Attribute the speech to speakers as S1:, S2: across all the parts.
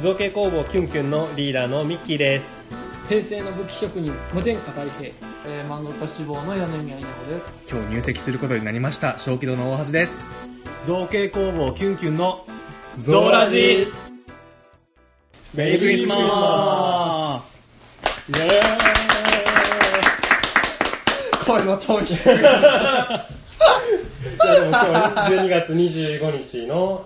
S1: 造形工房キュンキュンのリーダーのミッキーです
S2: 平成の武器職人無前科大平
S3: えー、漫画家志望の柳宮稲穂です。
S4: 今日入籍することになりました小気道の大橋です
S5: 造形工房キュンキュンの
S4: ゾーラジ
S5: ー
S1: メリークリスマ
S4: ス
S1: イエー
S3: 声の通り。
S1: イいやでも今日12月25日の、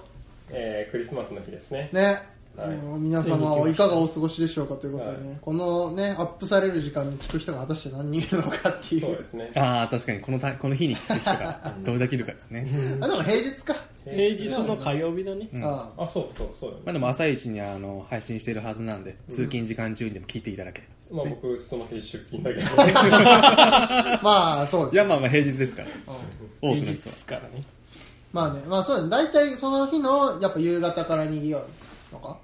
S1: えークリスマスの日ですね
S3: ね。
S1: はい
S3: もう皆様はいかがお過ごしでしょうかということでね、このね、アップされる時間に聞く人が果たして何人いるのかってい
S1: そう
S3: う。
S1: ですね
S4: ああ確かにこのたこの日に来てきたからどれだけいるかですね、
S3: あ、でも平日か。
S1: 平
S2: 平日の火曜日だね
S4: うんま
S3: あ
S1: あそうそうそうだ
S4: あ、
S1: ね、
S4: でも朝一にあの配信してるはずなんで通勤時間中にでも聞いていただければ
S1: まあ、僕その日出勤だけど
S3: あまあ、そう
S4: い
S3: です。
S4: やまあまあ平日ですから多
S2: 平
S4: く
S2: 日
S4: の人
S2: で
S4: は
S2: すからね
S3: まあね、まあそうです。大体その日の、やっぱ夕方から賑わうのか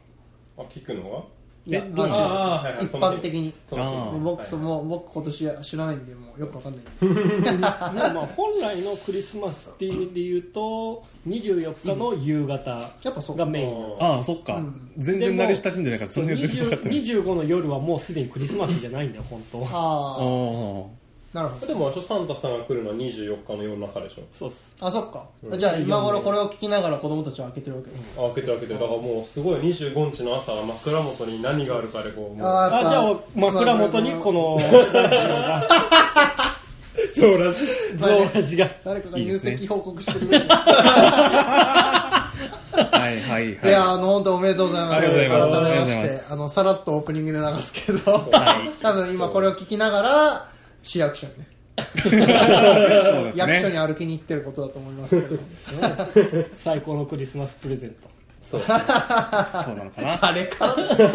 S1: あ聞くのはい
S3: や、
S4: え
S3: ま
S4: ど
S3: あ
S1: ああはいはい
S3: 一般的に。
S1: その
S4: あ
S1: 日
S4: ー
S3: 僕、そ
S1: はい
S3: もう僕今年は知らないんで、もうよくわかんないんで。
S2: まあまあ本来のクリスマスっていう意味で言うと24日の夕方
S3: やっぱそう
S2: が
S3: か。
S2: メインなの
S1: あ
S4: ああそっか、
S3: うん
S4: 全然慣れ親しんでないからそ
S2: そう
S4: の辺は全然分かってない
S2: 20 25の夜はもうすでにクリスマスじゃないんだよ本当は
S3: あ
S4: あ
S3: あ、なるほど
S1: ー。でもあれサンタさんが来るのは24日の夜中でしょ
S2: そうっす
S3: あそっか、
S1: うん
S3: じゃあ今頃これを聞きながら子供たちは開けてるわけ、
S1: あ開けて開けてだからもうすごい25日の朝は枕元に何があるかでこうもう
S3: あ
S2: あじゃあ枕元にこの
S1: そうらしい
S2: ゾーラジが
S3: 誰かが
S4: いい
S3: 入
S4: ですね
S3: 籍報告してるぐら いい,、
S4: あはいはいはい
S3: やあの本当おめでとうございます
S4: ありがとうございます
S3: 改めま
S4: ありがとうござい
S3: し
S4: ま
S3: て
S4: す
S3: あのさらっとオープニングで流すけど、 多分今これを聞きながら市役所にね
S4: そうです
S3: 役所に
S4: ね
S3: 歩きに行ってることだと思いますけど
S2: 最高のクリスマスプレゼント
S1: そう
S4: そうなのかな
S3: 誰から誰か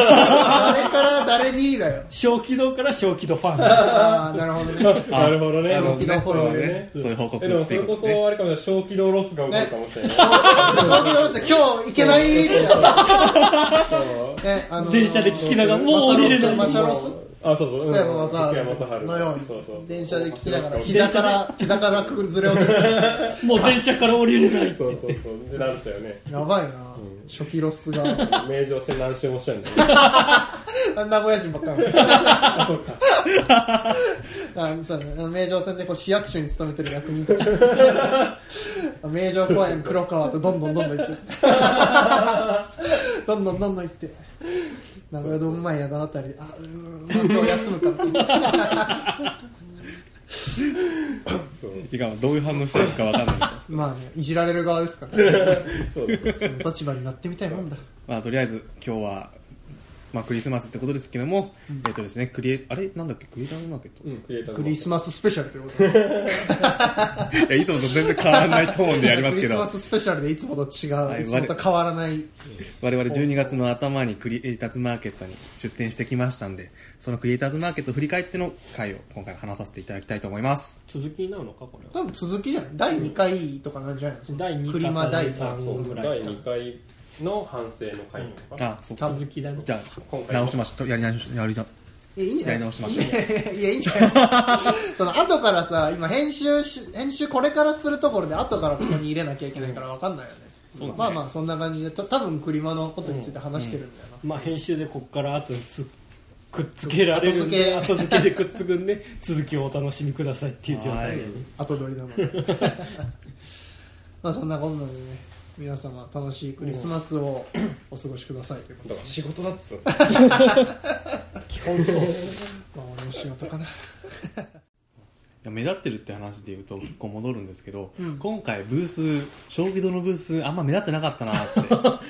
S3: ら誰にだよ
S2: 小気道から小気道ファン
S3: ああなるほどね
S1: なるほどね
S3: なるほどね
S1: なるほど
S3: そうだ
S4: ねそういう報告
S1: えでもそれこ
S4: っていうことね
S1: そあれかもしれない小気道ロスが起こるかも しれない
S3: 東京の人今日行けないじゃん、ね、あの
S2: 電車で聞きながらもう降りれない
S3: マシャロス
S1: あそうそううん
S3: 福山雅治
S1: 福雅治
S3: のよ
S1: そうそうう
S3: に電車で聞きながら
S1: そう
S3: 膝から膝から崩れ落ちる
S2: もう電車から降りれない
S1: そうそうそうでなっちゃうよね
S3: やばいな初期ロスが
S1: 名城線何周もしたんだよ
S3: 名古屋人ばっかりなんですあそうだねあの名城線でこう市役所に勤めてる役人たち名城公園黒川とどんどんどんどん行ってどんどんどんどん行って名古屋ドーム前やだなったりであうーん今日休むかって
S1: そう
S4: いかもどういう反応してるかわかんないですよ
S3: まあねいじられる側ですからね
S1: そうだ
S3: その立場になってみたいもんだ
S4: まあ、とりあえず今日は、まあ、クリスマスってことですけども、えっ、とですねクリエあれなんだっけクリエイターズマーケット、
S1: うんクリエイターズ
S3: ク
S1: マーケット
S3: リスマススペシャルということで
S4: いやいつもと全然変わらないトーンでやります
S3: クリ
S4: け
S3: ス
S4: ど
S3: マススペシャルでいつもと違う、、
S4: はいい
S3: つもと変わらない
S4: 我々12月の頭にクリエイターズマーケットに出店してきましたんでそのクリエイターズマーケット振り返っての回を今回話させていただきたいと思います
S2: 続きになるのかこれは
S3: 多分続きじゃない第2回とかなんじゃないの
S2: 第2
S3: クリ
S2: 回
S3: マ第
S1: あそ
S3: 3
S1: う
S2: ぐらい
S1: 第2回の反省の回なのかな
S4: あそっか
S2: 続きだね
S4: じゃ
S1: 今回
S4: あ
S1: も
S4: 直しましょうやり直しやり直し
S3: えいいんじゃない
S4: やり直しましょう
S3: いやいいん じゃないその後からさ今編集し編集これからするところで後からここに入れなきゃいけないから分かんないよね
S4: そうだね
S3: まあまあそんな感じでと多分クリマのことについて話してるんだよな、
S2: まあ編集でこっから後につくっつけられるんで後
S3: 後
S2: 付けでくっつくんで続きをお楽しみくださいっていう状態で、ね、
S3: 後取りなので まあそんなことなのでね皆様楽しいクリスマスをお過ごしくださいということ
S1: だ
S3: で
S1: から仕事だっつうの
S2: 基本そう
S3: まあ俺の仕事かな
S4: いや目立ってるって話で言うと1個戻るんですけど、
S3: うん
S4: 今回ブース将棋堂のブースあんま目立ってなかったなって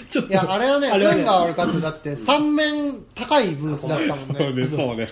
S2: ちょっと
S3: いやあれはね
S2: あれはね
S3: 運が悪かっただって3面高いブースだったもん
S4: そう
S3: ね
S4: ねそうね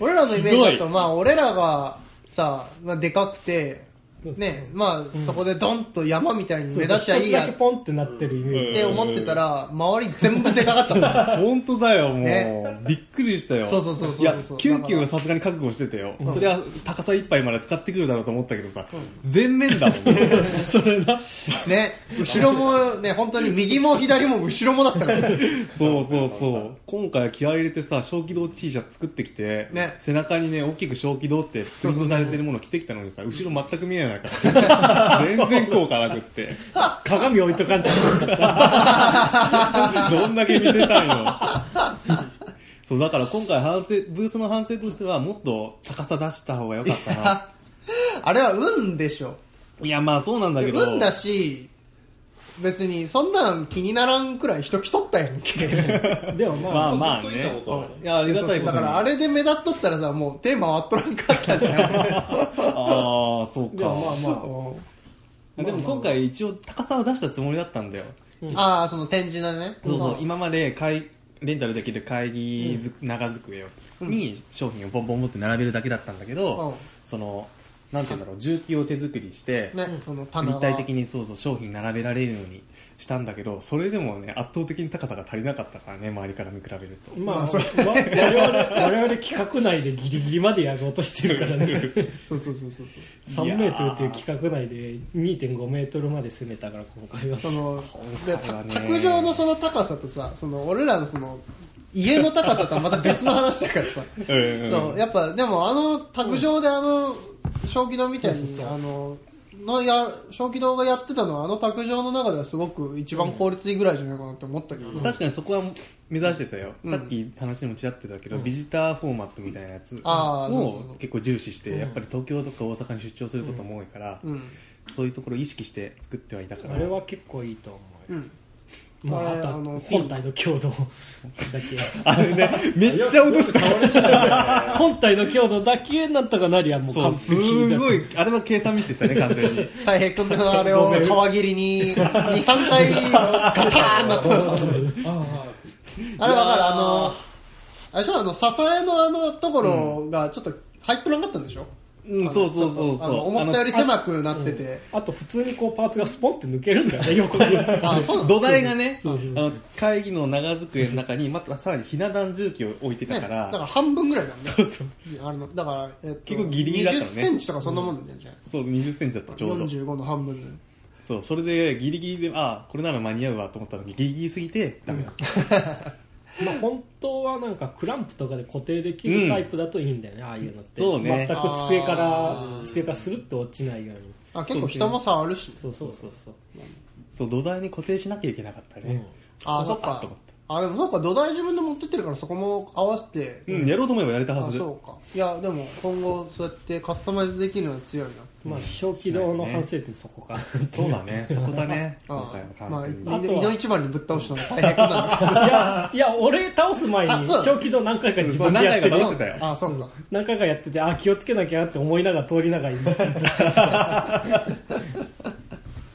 S3: 俺らのイメージだ
S4: ひど
S3: とまあ俺らがさ、まあ、でかくてねまあそこでドンと山みたいに目立ちゃいいや
S2: 一つだけ
S3: っ
S2: ポンってなってるイメージ、
S3: て思ってたら周り全部でかかったもん
S4: 本当だよもう、
S3: ね
S4: びっくりしたよ
S3: そうそうそうそうそう
S4: やキュンキュンはさすがに覚悟してたよ、それは高さ一杯まで使ってくるだろうと思ったけどさ、全面 だもんね
S2: それだ
S3: ね、後ろもね、本当に右も左も後ろもだった からね。
S4: そうそうそう今回は気合い入れてさ小気道 T シャツ作ってきて、
S3: ね
S4: 背中にね大きく小気道ってプリントされてるもの着てきたのにさ後ろ全く見えないから全然効果なく って
S2: 鏡置いとかんと
S4: どんだけ見せたいのそうだから今回反省ブースの反省としてはもっと高さ出した方が良かったな
S3: あれは運でしょ。
S4: いやまあそうなんだけど
S3: 運だし、別にそんなん気にならんくらい人来とったやんけ。
S2: でもまあ、
S4: まあまあ
S1: ずっと
S4: ね
S1: 言ったことはね
S4: い やありがたいこと
S3: だからあれで目立っとったらさ、もう手回っとらんかったじ ゃん。
S4: ああそう
S2: で
S4: か
S2: もまあまあ
S4: でも今回一応高さを出したつもりだったんだよ
S3: ああ、その展示のね。
S4: そうそう今まで会レンタルできる会議ず、長机をに商品をボンボンボンって並べるだけだったんだけど、
S3: うん
S4: そのなんて言うんだろう重機を手作りして、
S3: ね、その棚
S4: 立
S3: が
S4: 体的にそうそう商品並べられるようにしたんだけどそれでもね圧倒的に高さが足りなかったからね周りから見比べると
S2: まあ、わ我々我々企画内でギリギリまでやろうとしてるからね
S3: そうそうそうそうそう。
S2: 3メートルという企画内で2.5メートルまで攻めたから今回は
S3: そので
S4: 回はね
S3: 卓上のその高さとさその俺らのその家の高さとはまた別の話だからさ、
S4: うんうん
S3: そうやっぱでもあの卓上であの小気道みたいに、あののや小気道がやってたのはあの卓上の中ではすごく一番効率いいぐらいじゃないかなって思ったけどね、
S4: 確かにそこは目指してたよ、
S3: うん
S4: さっき話にもちらっと出たけど、ビジターフォーマットみたいなやつ
S3: あーそうそうそ
S4: を
S3: う
S4: 結構重視して、やっぱり東京とか大阪に出張することも多いから、
S3: うん
S4: そういうところを意識して作ってはいたから
S2: あれは結構いいと思う
S3: う
S2: よ、
S3: ん、
S2: まあ、
S3: あ
S2: あ
S3: れ
S2: とは
S3: あの
S2: 本体の強度だけ
S4: あれねめっちゃ落とした
S2: 本体の強度だけなんとかなりゃもう
S4: そう
S2: 完
S4: す
S2: 璧だと
S4: ごいあれは計算ミスでし たね完全に
S3: 太平君のあれを皮切りに23回ガターンなってます
S1: あ
S3: あれわかるあのあれでしょあの支えのあのところがちょっと入ってなかったんでしょ、
S4: うんそうそうそうそ
S3: あの
S4: う
S3: 思ったより狭くなってて、
S2: あと普通にこうパーツがスポンって抜けるんだよね横に
S3: あそうなの
S4: 土台がね
S2: そうそう
S4: あの会議の長机の中にまたさらにひな壇重機を置いてた
S3: ねだ
S4: か
S3: から
S4: ら
S3: 半分ぐらいだもんね
S4: そうそう
S3: あのだから、えっと、
S4: 結構ギリギリだったのね
S3: 20センチとかそんなもんなんじゃん、
S4: そう20センチだったちょうど
S3: 45の半分
S4: そうそれでギリギリであこれなら間に合うわと思った時ギリギリすぎてダメだった、
S2: まあ本当はなんかクランプとかで固定できるタイプだといいんだよね、ああいうのって
S4: そうね
S2: 全く机か
S3: あ
S2: ら机からスルッと落ちないように
S3: あ結構人も触るし、
S2: そうそうそうそう
S4: そう土台に固定しなきゃいけなかったね、
S3: あそっ
S4: あ
S3: か
S4: と思っ
S3: あでもそっか土台自分で持ってってるからそこも合わせて、
S4: うん、やろうと思えばやれたは
S3: あ
S4: ず
S3: そうかいやでも今後そうやってカスタマイズできるのは強いな
S2: まあ小気道の反省点そこかな
S4: そうだ ねそこだね
S3: あ
S4: 今回は
S3: まあ、
S4: 完全に、
S2: あ
S3: 井
S2: とは
S3: の一番にぶっ倒したの大変 な
S2: やい
S3: い
S2: や俺倒す前
S3: あ
S2: に
S3: そうだ
S2: 小気道何回か自分でやって
S4: そう何回か
S2: て
S4: 倒してたよ
S3: あそうか
S2: 何回かやっててあ気をつけなきゃなって思いながら通りながら今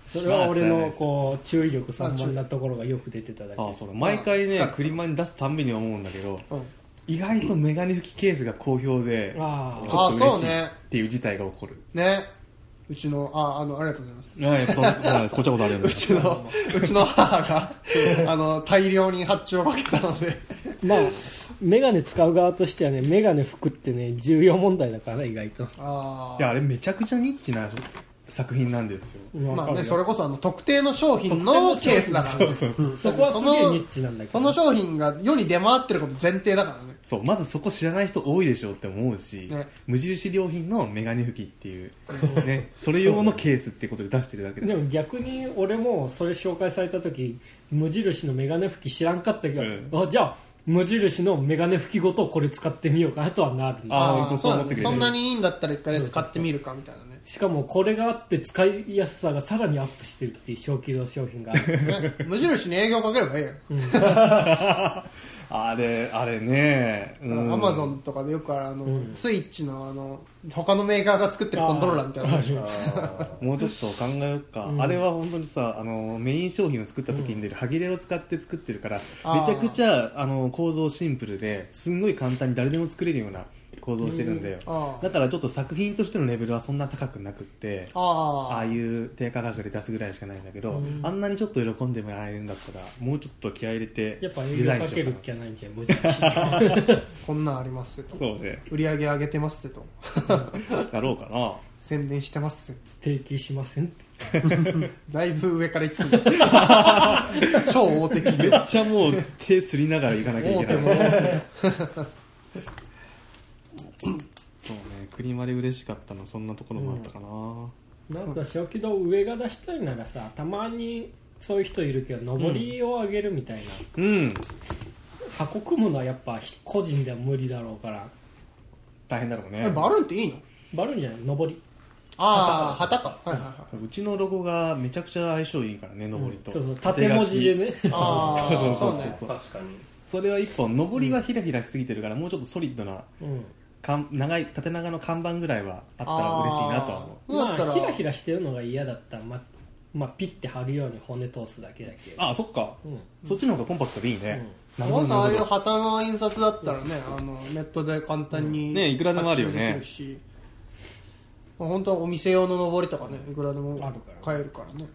S2: それは俺のこう注意力散漫なところがよく出てただけ
S4: あそうだ毎回
S3: まあ
S4: ねクリマに出すたんびに思うんだけど
S3: うん
S4: 意外とメガネ拭きケースが好評でち
S2: あ
S4: ょ
S2: ー
S4: っと嬉
S3: あそう
S4: しい
S3: ね
S4: っていう事態が起こる
S3: ねうちのああのありがとうござい ます
S4: あやっぱこっちはことあるよね
S3: うちのうちの母があの大量に発注をかけたので
S2: まあメガネ使う側としてはねメガネ服ってね重要問題だからね意外と
S3: あ
S4: いやあれめちゃくちゃニッチな作品なんですよ
S3: まあ
S2: わか
S3: ね、
S2: る
S3: それこそあの特定の商品
S2: 特定の
S3: の
S2: 商品
S3: ケースだから、ね、
S4: そうそう
S2: そこはすげえニッチなんだけど
S3: その商品が世に出回ってること前提だからね
S4: そうまずそこ知らない人多いでしょうって思うし、
S3: ね
S4: 無印良品のメガネ拭きっていう、ね、それ用のケースってことで出してるだけで
S2: でも逆に俺もそれ紹介された時無印のメガネ拭き知らんかったけど、
S4: う
S2: あじゃあ無印のメガネ拭きごとこれ使ってみようかなとはなるね
S4: あ
S3: ー
S4: ー本当
S3: そ
S4: そうう
S3: だ
S4: 思
S3: ね
S4: ってくれる
S3: そんなにいいんだったら一回使ってみるかみたいなね
S2: しかもこれがあって使いやすさがさらにアップしてるっていう小規模商品があ る
S3: ね無印に営業かければいいよ
S4: あれあれね
S3: アマゾンとかでよくあるあの、スイッチのあの他のメーカーが作ってるコントローラーみたいなのあるでしょ
S4: もうちょっと考えようか、あれは本当にさあのメイン商品を作った時に出る歯切れを使って作ってるから、
S3: あー
S4: めちゃくちゃあの構造シンプルですんごい簡単に誰でも作れるような構造してるんだよ、
S3: あ
S4: だからちょっと作品としてのレベルはそんな高くなくって
S3: ああ
S4: あ
S3: あ
S4: あいう低価格で出すぐらいしかないんだけど、
S3: うん
S4: あんなにちょっと喜んでもらえるんだったらもうちょっと気合い入れて
S2: やっぱ
S4: デ
S2: 営業
S4: ザイン
S2: か
S4: しよ
S2: け
S4: うか
S2: る
S4: な
S2: 気はないんじゃん無事に
S3: こんなんありますと
S4: そうね
S3: 売り上げ上げてますと
S4: だろうかな
S3: 宣伝してますっ
S2: 提携しませんって
S3: だいぶ上からいってくる 超大手企
S4: め
S3: 業
S4: っちゃもう手すりながら行かなきゃい
S3: 大
S4: け
S3: 手
S4: ない
S3: も大手
S4: そうねクリマで嬉しかったのそんなところもあったかな、
S2: なんか小気道上が出したいならさたまにそういう人いるけど上りを上げるみたいな、
S4: うん
S2: 箱組むのはやっぱ個人では無理だろうから
S4: 大変だろうね
S3: えバルーンっていいの
S2: バルーンじゃない上り
S3: ああ旗かはいはいは
S4: うちのロゴがめちゃくちゃ相性いいからね上りと、
S2: そうそう縦文字でね
S3: いああ
S4: そうそう
S3: そう
S4: そう
S3: ね
S4: そう
S1: 確かに
S4: それは一本上りはひらひらしすぎてるから、もうちょっとソリッドな
S2: うん
S4: かん長い縦長の看板ぐらいはあったら嬉しいなとは思う
S3: そうだ
S2: ま
S3: ったら
S2: あひらひらしてるのが嫌だったらままあピッて貼るように骨通すだけだけど
S4: あそっか、
S2: うん
S4: そっちの方がコンパクトでいいね、なるほ
S3: も
S4: ど
S3: しああいう
S4: なるほど
S3: 旗の印刷だったらねあのネットで簡単に、
S4: ねいくらでもあるよね
S3: 発注できるしまあ本当はお店用の上りとかねいくらでも
S2: あるから
S3: 買えるからね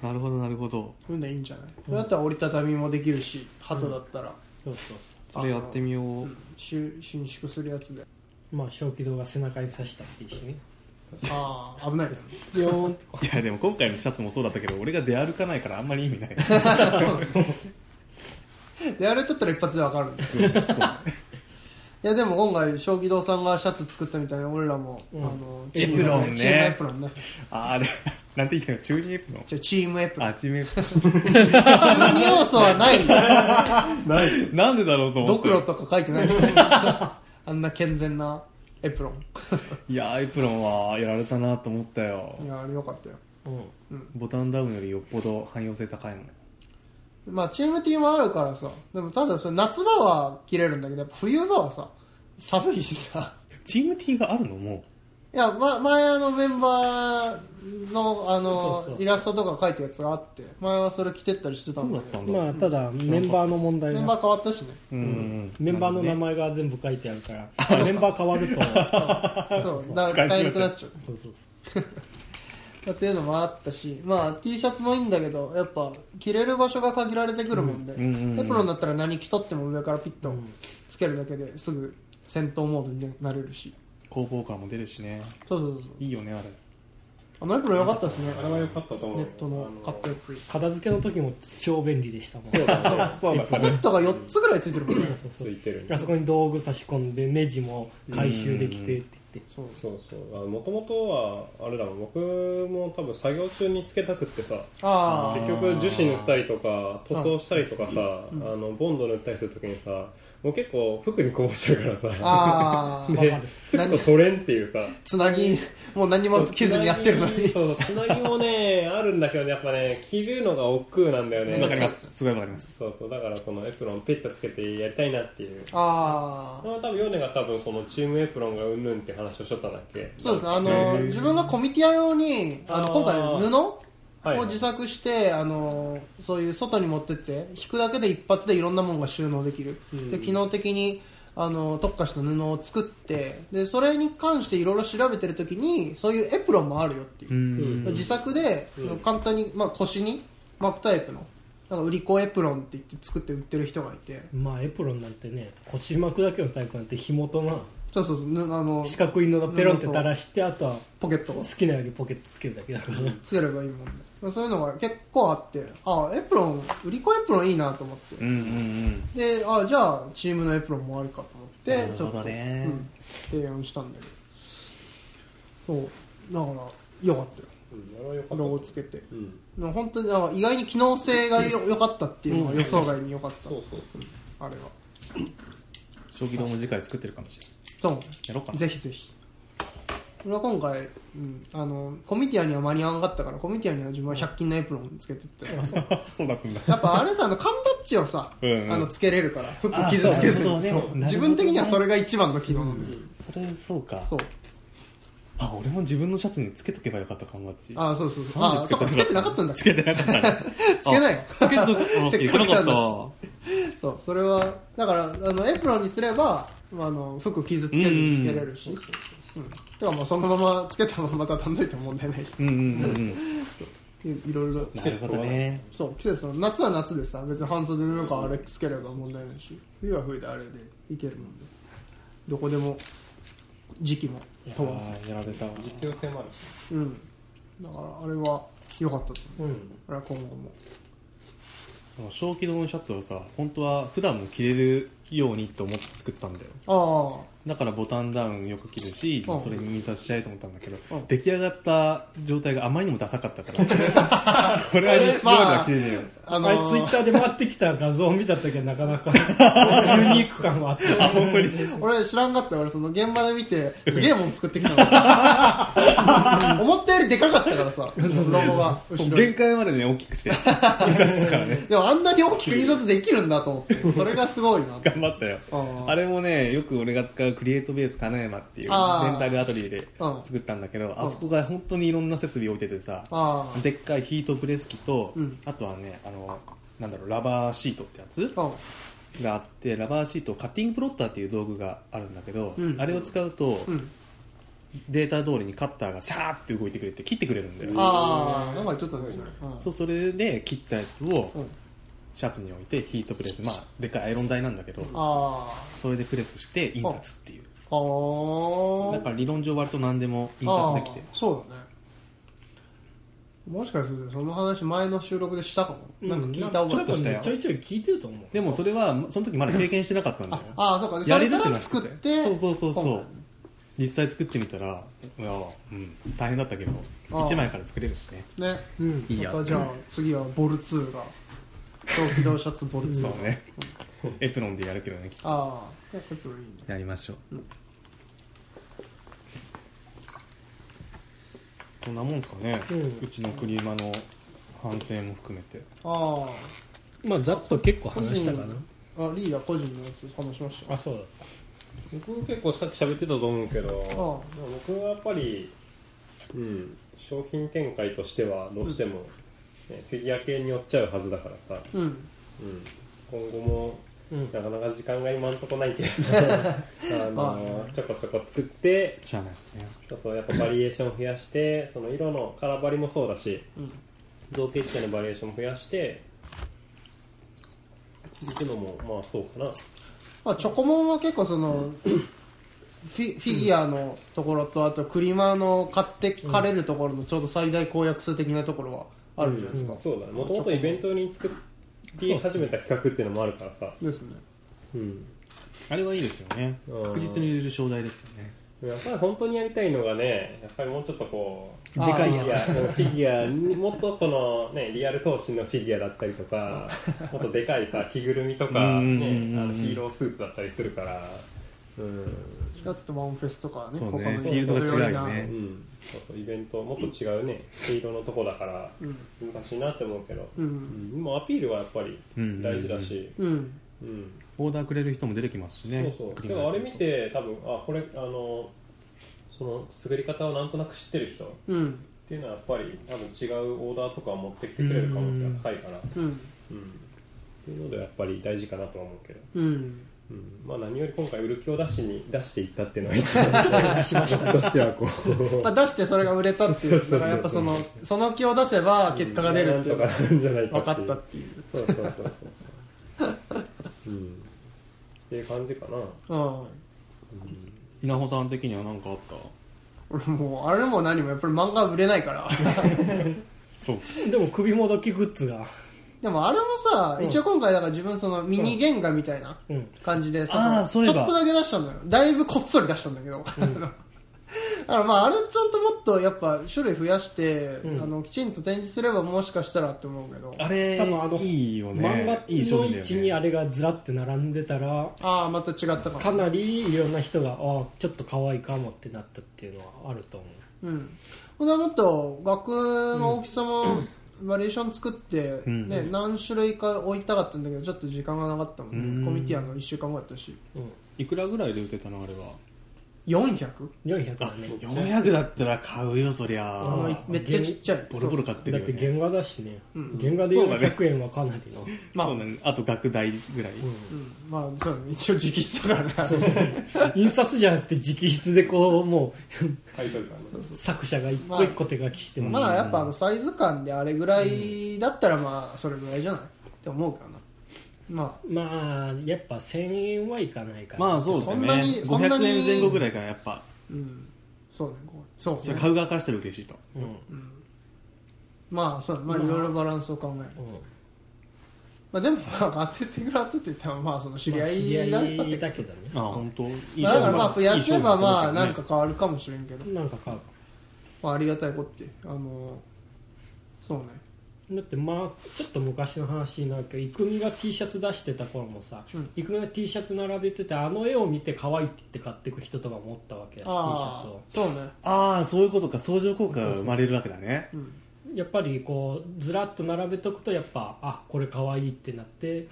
S4: なるほどなるほど
S3: そういうのいいんじゃない、それだったら折りたたみもできるし鳩だったら、
S2: そうそう
S4: それやってみよう、
S3: 収伸縮するやつで
S2: まあ小気道が背中に刺したっていうしね
S3: ああ危ない ですね
S2: ビヨーンってこ
S4: いやでも今回のシャツもそうだったけど俺が出歩かないからあんまり意味 ない
S3: であれ撮ったら一発でわかるんですよ いやでも今回正気堂さんがシャツ作ったみたいに俺らも、あのチーム
S4: エプロンね
S3: チームエプロンね
S4: あれなんて言ったのチューニエプロン
S3: じゃあチームエプロン
S4: あチューニエプロ
S3: チ ームに要素はないんだ
S4: ン なんでだろうと思
S3: ド
S4: って
S3: クロとか書いてない あんな健全なエプロ
S4: いやエプロンはやられたなと思ったよ
S3: ンいやあれよかったよ
S2: ううん
S4: ボタンダウンよりよっぽど汎用性高いもん
S3: まあチーム T もあるからさでもただそれ夏場は着れるんだけどやっぱ冬場はさ寒いしさ
S4: チーム T があるのも
S3: いや、ま、前あのメンバーのあ
S2: そ
S3: の
S2: うそう
S3: イラストとか書いたやつがあって前はそれ着てったりしてた
S4: そ
S3: ん
S4: うだ
S3: だ
S4: っ
S3: け
S4: た
S3: ど
S4: んだ、
S2: まあただメンバーの問題
S3: メ
S2: が
S3: ンバー変わったしね
S4: うん
S2: メンバーの名前が全部書いてあるから、メンバー変わると
S3: そうだ
S4: 使
S3: か
S4: い
S3: ら
S4: にく
S3: 使えな
S4: い
S3: くなっちゃう
S2: そうそうそう
S3: だっていうのもあったし、まあ、T シャツもいいんだけどやっぱ着れる場所が限られてくるもんで、
S4: んうんうん
S3: エプロンだったら何着とっても上からピッとつけるだけですぐ戦闘モードになれるし
S4: 工房感も出るしね
S3: そうそうそう
S4: いいよねあれ
S3: あのエプロン良かったですね
S1: あれは良かったと思う
S3: ネットの買ったやつ
S2: 片付けの時も超便利でしたもんそう
S4: そうだ
S3: ポ
S4: か
S3: ケットが4つぐらいついてるもんね
S2: そう
S1: ついてる
S2: あそこに道具差し込んでネジも回収できてって言って
S3: そう
S1: そうそうもともとはあれだもん僕も多分作業中につけたくってさ
S3: あ
S1: 結局樹脂塗ったりとか塗装したりとかさあのボンド塗ったりするときにさもう結構服にこぼしちゃうからさ
S3: あああ
S2: わか
S1: で
S2: る
S1: スッと取れんっていうさ
S3: つなぎもう何も着ずにやってるのに
S1: そうそうつなぎもねあるんだけどねやっぱね着るのが億劫なんだよね
S4: わかりますすごいわかります
S1: そうそうだからそのエプロンピッとつけてやりたいなっていう
S3: ああ
S1: まあ多分ヨネが多分そのチームエプロンがうんぬんって話をしとったんだっけ
S3: そうですねあの自分がコミティア用にあの
S1: あー
S3: 今回
S1: は
S3: 布
S1: い
S3: を自作して、あのそういう外に持ってって引くだけで一発でいろんなものが収納できる、で機能的にあの特化した布を作ってでそれに関していろいろ調べてる時にそういうエプロンもあるよっていう
S4: う、ん
S3: 自作で、簡単に、まあ、腰に巻くタイプのなんか売り子エプロンって言って作って売ってる人がいて
S2: まあエプロンなんてね腰巻くだけのタイプなんて紐とな
S3: そうそうそうぬあの
S2: 四角い布ペロンって垂らしてあとは
S3: ポケット
S2: 好
S3: を
S2: きなようにポケットつけるだけだからね
S3: つければいいもんねそういうのが結構あってあエプロン売り子エプロンいいなと思って、
S4: うんうん
S3: であじゃあチームのエプロンもありかと思ってちょっと、
S4: ね
S3: うん提案したんだけどそうだからよかったよ
S1: うんあれはよかった
S3: ロゴつけて
S1: うん
S3: でも本当にだから意外に機能性がよ良かったっていうのが予想外に良かった、
S1: そうそうそう
S3: あれは
S4: 将棋堂も次回作ってるかもしれない
S3: そう
S4: やろうかな
S3: ぜひぜひ俺は今回、うん、あのコミティアには間に合わなかったからコミティアには自分は100均のエプロンつけてってや
S4: そうだったんだ
S3: っぱあれさあの缶バッジをさ
S4: うんうん
S3: あのつけれるから服 傷つけず
S4: あそう
S3: に
S4: ね
S3: そう
S4: なるほどね
S3: 自分的にはそれが一番の機能なんだけど
S4: それそうか
S3: そう
S4: あ俺も自分のシャツにつけとけばよかった缶バッジ
S3: あそうそうそう
S4: なんで
S3: あ
S4: つけ
S3: そ
S4: た
S3: っかつけてなかったんだ
S4: つけてなかったね
S3: つけないよ
S4: あつけと
S3: せっ
S4: い
S3: か
S4: か
S3: くな
S4: なか
S3: ん
S4: っ
S3: だしたそうそれはだからあのエプロンにすればあの服傷つけずにつけれるし、うんだからもうそのままつけたまま畳んどいても問題ないし、
S4: うんうんうんうん
S3: いいろいろ
S4: なるほどね
S3: そう季節の夏は夏でさ別に半袖の中あれつければ問題ないし冬は冬であれでいけるもんでどこでも時期も問わ
S4: あーやられたわ
S1: 実用性もあるし
S3: ずうんだからあれは良かったと思う
S2: うん
S3: あれは今後も
S4: 小規のシャツをさ本当は普段も着れるようにと思って作ったんだよ
S3: ああ
S4: だからボタンダウンよく着るし、
S3: うん
S4: それに印刷しちゃえと思ったんだけど、
S3: うん
S4: 出来上がった状態があまりにもダサかったから これは日常では着れねえよ、
S3: あ
S2: あれツイッターで回ってきた画像を見た時はなかな かユニーク感はあった
S4: あ、本当に
S3: 俺知らんかったよ俺その現場で見 てすげえもん作ってきたの 思ったよりでかかったからさロゴが後ろ
S4: そう
S3: に
S4: 限界までね大きくして印刷したからね
S3: でもあんなに大きく印刷できるんだと思ってそれがすごいなって
S4: 頑張ったよ
S3: あー
S4: あれもねよく俺が使うクリエイトベース金山っていうレン
S3: あー
S4: タルアトリエで
S3: うん
S4: 作ったんだけどあそこが本当にいろんな設備置いててさ
S3: あー
S4: でっかいヒートプレス機と、
S3: うん
S4: あとはねあのなんだろうラバーシートってやつ、
S3: あー
S4: があってラバーシートカッティングプロッターっていう道具があるんだけど、
S3: うん
S4: あれを使うと、
S3: うん
S4: データ通りにカッターがシャーって動いてくれて切ってくれるんだよ、
S3: あーなんか言っとったねうん
S4: そうそれで切ったやつを
S3: うん
S4: シャツに置いてヒートプレスまあでっかいアイロン台なんだけど、
S3: あ
S4: それでプレスして印刷っていう、
S3: ーあー
S4: だから理論上割と何でも印
S3: ああ
S4: 刷できて
S3: そうだねもしかするとその話前の収録でしたかも、なんか聞いた覚え
S4: ちょっとしたよ
S2: ちょいちょい聞いてると思う
S4: でもそれはその時まだ経験してなかったんだよ
S3: ああそうかで
S4: や
S3: そ
S4: れ
S3: れか
S4: るって
S3: ら
S4: なってて
S3: 作って
S4: そうそうそう
S3: 今
S4: そ
S3: 回
S4: う実際作ってみたらいや、うん、大変だったけど
S3: あー
S4: 1枚から作れるしね
S3: ね
S2: うん
S4: いいや
S3: またじゃあ次はボル2が長期動シャツボル2、
S4: そうねエプロンでやるけどねきっと
S3: ああやっぱいいね
S4: やりましょう、そんなもんですかね、う
S2: うん
S4: ちの国馬の反省も含めて
S3: あ
S2: まあざっと結構
S3: あ個
S2: 話し
S3: 人
S2: た
S3: の
S2: かな
S3: あリーダー個人のやつ話しました
S2: あ
S3: あ
S2: そうだっ
S1: 僕も結構さっき喋ってたと思うけど
S3: あ
S1: まあ僕はやっぱり、うん、商品展開としてはどうしても、ねフィギュア系に寄っちゃうはずだからさ、
S3: うん
S1: うん、今後も
S2: たうん
S1: なかなか時間が今んとこな いけどあ
S3: まあ
S1: のちょこちょこ作って
S4: しゃあないですね
S1: そうそうやっぱバリエーション増やしてその色のカラーバリもそうだし
S3: うん
S1: 造形自体のバリエーションも増やしていくのもまあそうかな
S3: まあ、チョコモンは結構そ のフィフィギュアのところとあとクリマの買ってかれるところのちょうど最大公約数的なところはあるじゃないですか、
S1: そうだねもともとイベントに作り始めた企画っていうのもあるからさ
S3: ですね
S1: うん
S4: あれはいいですよね
S1: うん
S4: 確実に入れる商材ですよね
S1: やっぱり本当にやりたいのがねやっぱりもうちょっとこう
S3: あー
S2: でかい
S1: い
S2: や
S1: やフィギュアにもっとこの、ね、リアル闘神のフィギュアだったり とかもっとでかいさ着ぐるみとか、
S4: うんうんうんう
S1: ね、
S4: ん
S1: あのヒーロースーツだったりするからうん、
S3: 4月とワンフェスとかね
S4: そうね
S3: 他の
S4: フィールドが違うよ
S1: う
S4: ね
S1: ん、そうそうイベントもっと違うね毛色のとこだから
S3: うん
S1: 難しいなって思うけど、
S3: う
S1: うんん、でもアピールはやっぱり大事だし、
S3: うん
S1: うん
S4: オーダーくれる人も出てきますしね
S1: そうそう
S4: クリ
S1: で
S4: マ
S1: もあれ見て多分あこれあのその作り方をなんとなく知ってる人っ
S3: うん
S1: ていうのはやっぱり多分違うオーダーとかを持ってきてくれる可能性が高いから、
S3: うん
S1: うんっていうのではやっぱり大事かなとは思うけど、
S3: うん
S1: うんまあ、何より今回売る気を出しに出していったっていうのが一番しま したとしてはこ う
S3: まあ、出してそれが売れたってい
S1: そう
S3: う
S1: そうそ
S3: だ
S1: う
S3: からやっぱそのその気を出せば結果が出るっていうのが
S1: なんとかなるんじゃないか
S3: 分か
S1: てい
S3: っ
S1: う
S3: たっていう、
S1: そうそうそうそうそう、うん、っていう感じかな
S3: うん、
S4: 稲穂さん的には何かあった
S3: 俺もうあれも何もやっぱり漫画売れないから
S4: そう
S2: でも首もどきグッズが
S3: でもあれもさ、一応今回だから自分そのミニ原画みたいな
S2: うん
S3: 感じでさ、
S4: あーそういえ
S3: ちょ
S4: ば
S3: っとだけ出したんだよだいぶこっそり出したんだけど、 だからまああれちゃんともっとやっぱ種類増やして、
S2: ん
S3: あのきちんと展示すればもしかしたらって思うけど
S4: あれ
S2: 多分あの
S4: いいよね
S2: 漫画
S4: いい
S2: の
S4: 商品
S2: 位
S4: だ
S2: 置に
S4: よ
S2: あ
S4: ね
S2: れがずらって並んでたら
S3: ああまた違ったかも
S2: かなりいろんな人があーちょっと可愛いかもってなったっていうのはあると思
S3: うん、ほんでもっと額の大きさも バリエーション作って、
S4: ん
S3: ね何種類か置いたかったんだけどちょっと時間がなかったもんね、
S4: うん
S3: コミティアの1週間後だったし
S2: う、うん、
S4: いくらぐらいで売ってたのあれは
S3: 400?
S2: 400だね
S4: 400だったら買うよそり
S3: あ
S4: ゃ
S3: のめっちゃちっちゃい
S4: ボロボロ買って
S2: だ
S4: る
S2: っ
S4: よ
S2: て
S4: ね
S2: 原画だしね、
S3: うん
S2: 原画で
S4: そうだね
S2: 400円はかなりの、
S3: まあ
S4: そうだねあと学大ぐらい
S3: うんまあそうだね一応直筆だからね
S2: 印刷じゃなくて直筆でこうも
S1: タイトルがね
S2: う作者が一個一個手書きしてます、
S3: まあやっぱあのサイズ感であれぐらいだったらまあそれぐらいじゃないって思うかなま
S2: まあやっぱ1000円はいかないから、
S4: まあそうだ
S3: そんなに
S4: ね
S3: そんなに
S4: 500円前後ぐらいからやっぱ
S3: あうんそうねこうそう
S4: それ
S3: ね
S4: 買う側からしたら嬉しいと
S2: うん
S3: まあそうまあいろいろバランスを考える
S2: うん
S3: まあでもまあ当ててくら当ててってまあその知り
S2: まあ
S3: 合
S2: 知り合
S3: いだったって
S2: いだけどね
S4: あ本当いい
S3: まあだからまあ
S4: 商
S3: 増
S4: 品だ
S3: やせばま
S4: い
S3: あ
S4: い商品だと思うけど
S3: なん
S4: ね
S3: か変わるかもしれんけど
S2: なんか買う
S3: まあありがたいことってあのそうね
S2: だってまあちょっと昔の話になるけど郁美が T シャツ出してた頃もさ
S3: うん
S2: 郁美、が T シャツ並べててあの絵を見て可愛いって言って買ってく人とかもおったわけだし T シャ
S3: あ
S2: ツ
S3: あ
S2: を
S3: そうね
S4: ああそういうことか相乗効果が生まれるわけだね
S3: うん
S2: やっぱりこうずらっと並べとくとやっぱあこれ可愛いってなって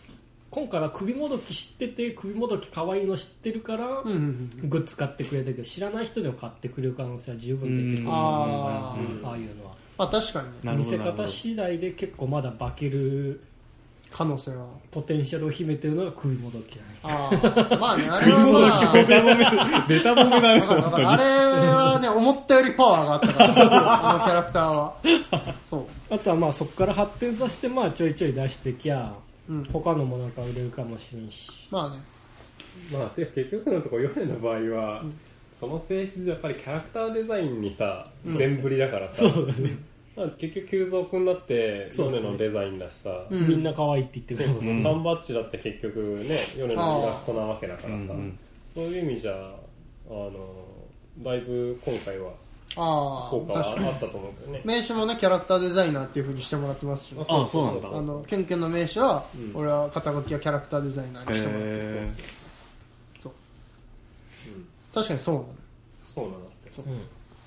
S2: 今回は首もどき知ってて首もどき可愛いの知ってるから、
S3: うんうんうん
S2: グッズ買ってくれたけど知らない人でも買ってくれる可能性は十分出てくる
S4: うん
S3: あ
S2: う
S3: ー
S2: んああいうのは
S3: まあ確かにね
S4: なる
S2: 見
S4: ほ
S2: せ
S4: どなるほど
S2: 方次第で結構まだ化ける
S3: 可能性は
S2: ポテンシャルを秘めてるのが首もどきだね
S3: ああまあねあれはまあ
S4: ベタ褒めベタ褒めだね
S3: だ からだ
S4: 本
S3: か
S4: 当に
S3: らあれはね思ったよりパワーがあったからあのキャラクターはそう
S2: あとはまあそこから発展させてまあちょいちょい出してきゃ、
S3: うん
S2: 他のもなんか売れるかもしれんし
S3: まあね
S1: まあてか結局のところヨネの場合は、その性質やっぱりキャラクターデザインにさ全振りだからさ、
S2: そうだね、
S1: まあ結局急増君だって
S2: そう
S1: ヨ
S2: そう
S1: ネのデザインだしさ、
S3: うん
S2: みんな可愛いって言ってく
S1: そ
S2: れ
S1: うそ
S2: る
S1: うそう缶バッジだって結局ねヨネのイラストなわけだからさ、
S4: うんうん
S1: そういう意味じゃあのだいぶ今回は
S3: あ
S1: 効
S3: あ
S1: 果はあ
S3: 確かに
S1: ったと思うけどね
S3: 名刺もねキャラクターデザイナーっていうふうにしてもらってますしね
S4: あそうなんだ
S3: あのケンケンの名刺は、
S1: うん
S3: 俺は肩書きはキャラクターデザイナーにしてもらってる、
S4: へー
S3: そう
S1: うん
S3: 確かにそうなの
S1: そうなんだって
S2: うん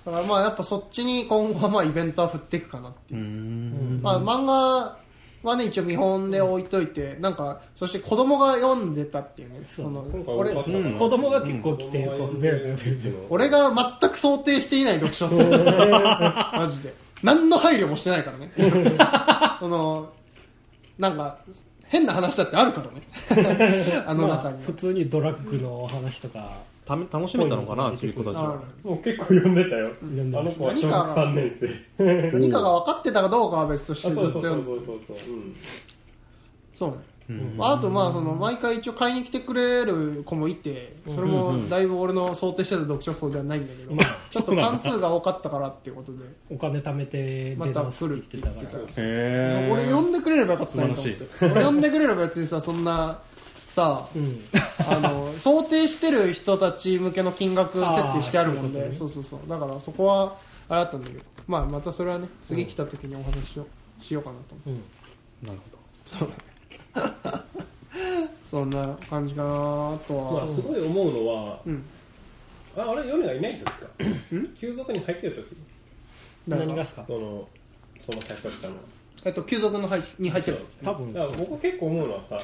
S3: だからまあやっぱそっちに今後はまあイベントは振っていくかなって
S4: う
S3: い
S4: ー
S3: う、
S4: ん
S3: まあ、漫画はね一応見本で置いといて、なんかそして子供が読んでたっていうねその
S1: 今回
S3: 俺
S1: 多かったから
S4: うん
S2: 子供が結構来て、
S1: 子
S2: こ
S1: 供
S2: う
S1: が
S2: ベ
S1: 読
S2: ロ
S1: ん
S2: ベ
S1: で
S2: ロ
S1: る
S2: ベロベ ロ
S3: 俺が全く想定していない読書数 マジで何の配慮もしてないからねそのなんか変な話だってあるからねあの
S2: ま
S3: 中
S2: あ
S3: には
S2: 普通にドラッグの話とか、
S4: ため楽しめたのかなっていう子たち
S3: あ
S4: は
S1: もう結構読んでたよ、
S2: ん読んで
S1: あ
S2: ま
S1: の
S2: し
S1: 子
S2: た
S1: は小学3年生
S3: る何かが分かってたかどうかは別とし
S1: あそ
S3: て
S1: う
S3: ずっ
S1: そう
S3: と
S1: そう
S3: 読んで
S1: そうそうそう、うん、
S3: そうね
S4: うん
S3: あとまあその毎回一応買いに来てくれる子もいてそれもだいぶ俺の想定してた読書層ではないんだけどちょっと関数が多かったからっていうことで
S2: お金貯めて
S3: ま
S2: 出
S3: た
S2: ます
S3: 来
S2: って
S3: るっ
S2: 言ってて
S3: 言
S2: た
S3: っ
S2: か
S3: てた
S2: ら。
S4: へ
S3: 俺呼んでくれればよかったのにと思って俺呼んでくれれば別にさそんなさ
S2: うん、
S3: あの想定してる人たち向けの金額設定してあるもん
S2: あ
S3: で
S2: ー
S3: そうそうそうだからそこはあれだったんだけど、まあ、またそれはね次来た時にお話をしようかなと思
S2: うん、
S4: なる
S3: う、そうねそんな感じかなとは、
S1: まあすごい思うのは
S3: うん
S1: ああれヨネがいない時か急速に入ってる時
S3: だから
S2: 何がっすか
S1: そのその作家の
S3: えっと急速の入に入ってる
S2: 多分
S1: だから僕結構思うのはさ、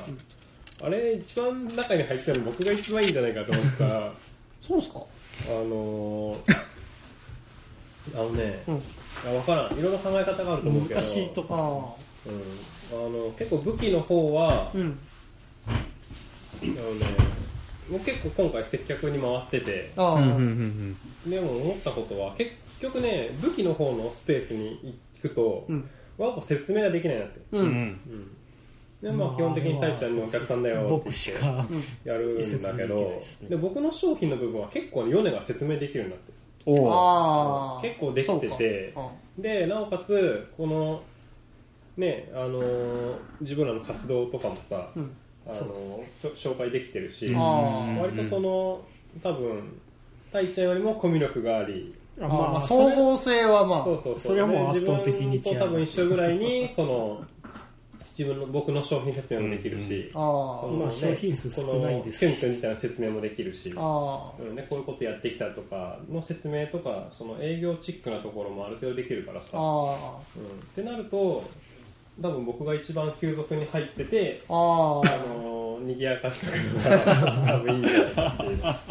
S1: あれ一番中に入ってるの僕が一番いいんじゃないかと思 ったらあ
S3: そうっすか
S1: のー、あのね、
S3: うん
S1: いや分からんいろいろ考え方があると思うけど
S2: 難しいとか
S3: あ
S1: うん、あの結構武器の方は
S3: あ、うん
S1: あのねもう結構今回接客に回ってて
S3: ああ、
S4: ほどうんうんうん
S1: でも思ったことは結局ね武器の方のスペースに行くと、
S3: うん
S1: わぱ説明ができないなって、
S3: う
S4: うんうんん
S1: うん、でまあ基本的にたいちゃんのお客さんだよって
S2: 僕し
S1: 言って
S2: か、
S1: やるんだけ
S2: 説明できない
S1: ど
S2: です
S1: で,、
S2: ね
S1: 僕の商品の部分は結構ねヨネが説明できるようになって
S4: お
S3: ああ
S1: 結構できてて
S3: そうか
S1: でなおかつこのねあのー自分らの活動とかもさ、
S3: うん
S1: あの
S2: そう
S1: ーしょ紹介できてるし
S3: あー
S1: 割とその多分たいちゃんよりもコミュ力があり
S2: あ
S3: ああまあ
S2: そ
S3: 総
S2: れ
S3: 合性はまあ
S1: そうそうそう
S2: それはもう圧倒的に違い
S1: で自分と多分一緒ぐらいに その自分の僕の商品説明もできるし、
S3: あ
S1: その
S2: まあ商品数少ないです
S1: このキュンキュン自体の説明もできるし
S3: あああ
S1: うんね、こういうことやってきたとかの説明とかその営業チックなところもある程度できるからさ、
S3: ああ
S1: うん、ってなると多分僕が一番急速に入ってて、
S3: あ
S1: あのー、賑やかしたから多分いいんじゃないかっていう
S3: あ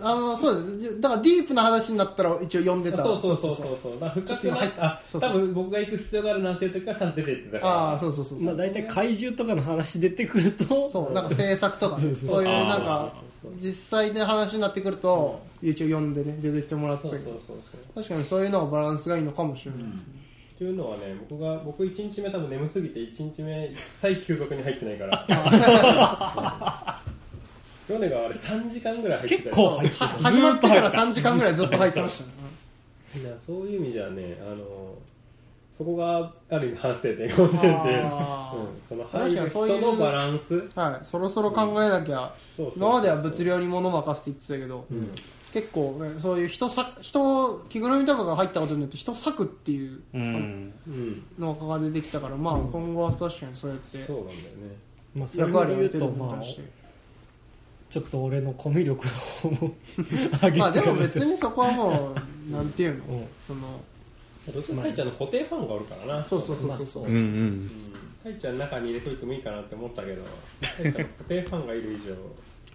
S3: あのそうですだからディープな話になったら一応読んでた
S1: そうそうそうそうそうだから深く
S3: ちょ
S1: な
S3: っと今入
S1: い
S3: っ
S1: あ
S3: そうそ
S1: 多
S3: う
S1: 分僕が行く必要があるなんていう時はちゃんと出てってたから
S3: ああそうそうそうそう、
S2: まあ、大体怪獣とかの話出てくると
S3: そうなんか制作とかね、
S2: そうそう
S3: そういう
S1: あー
S3: なんか実際で話になってくると、一応読んでね出てきてもらった
S1: そう
S3: け
S1: そう
S3: ど
S1: そうそう
S3: 確かにそういうのはバランスがいいのかもしれない、
S1: っていうのはね僕が僕1日目多分眠すぎて1日目一切休息に入ってないからヨネがあれ3時間ぐらい入ってた
S2: 結
S1: よ
S2: 構入って
S3: は始まってから3時間ぐらいずっと入ってましたね
S1: いやそういう意味じゃねあのそこがある意味反省点かもしれない、うん
S3: あー、
S1: その
S3: 確
S1: 入
S3: か
S1: る
S3: にそう
S1: 人
S3: いう
S1: のバランスそう
S3: はい、そろそろ考えなきゃ、
S1: そうそう
S3: 今までは物量に物任せって言ってたけど、
S1: うん
S3: 結構、ね、そういう人さ人着ぐるみとかが入ったことによって人割くっていう
S4: うん。
S1: うん
S3: のが出てきたから、まあ今後は確かにそうやって
S1: そうなんだよね
S2: まあ、それ
S3: 役
S2: を
S3: 割を
S2: 言
S3: や
S2: う
S3: ってる
S2: と、
S3: みたい
S2: まあ
S3: に、して、
S2: ちょっと俺のコミュ力の方も上げて
S3: まあでも別
S2: に、
S3: にそこはもうなんていうの、
S2: うん
S3: その
S1: どっちもタイちゃんの固定ファンがおるからな
S3: そうそうそうそう
S4: うんうん。
S1: タイちゃんの中に入れといてもいいかなって思ったけどタイちゃんの固定ファンがいる以 上た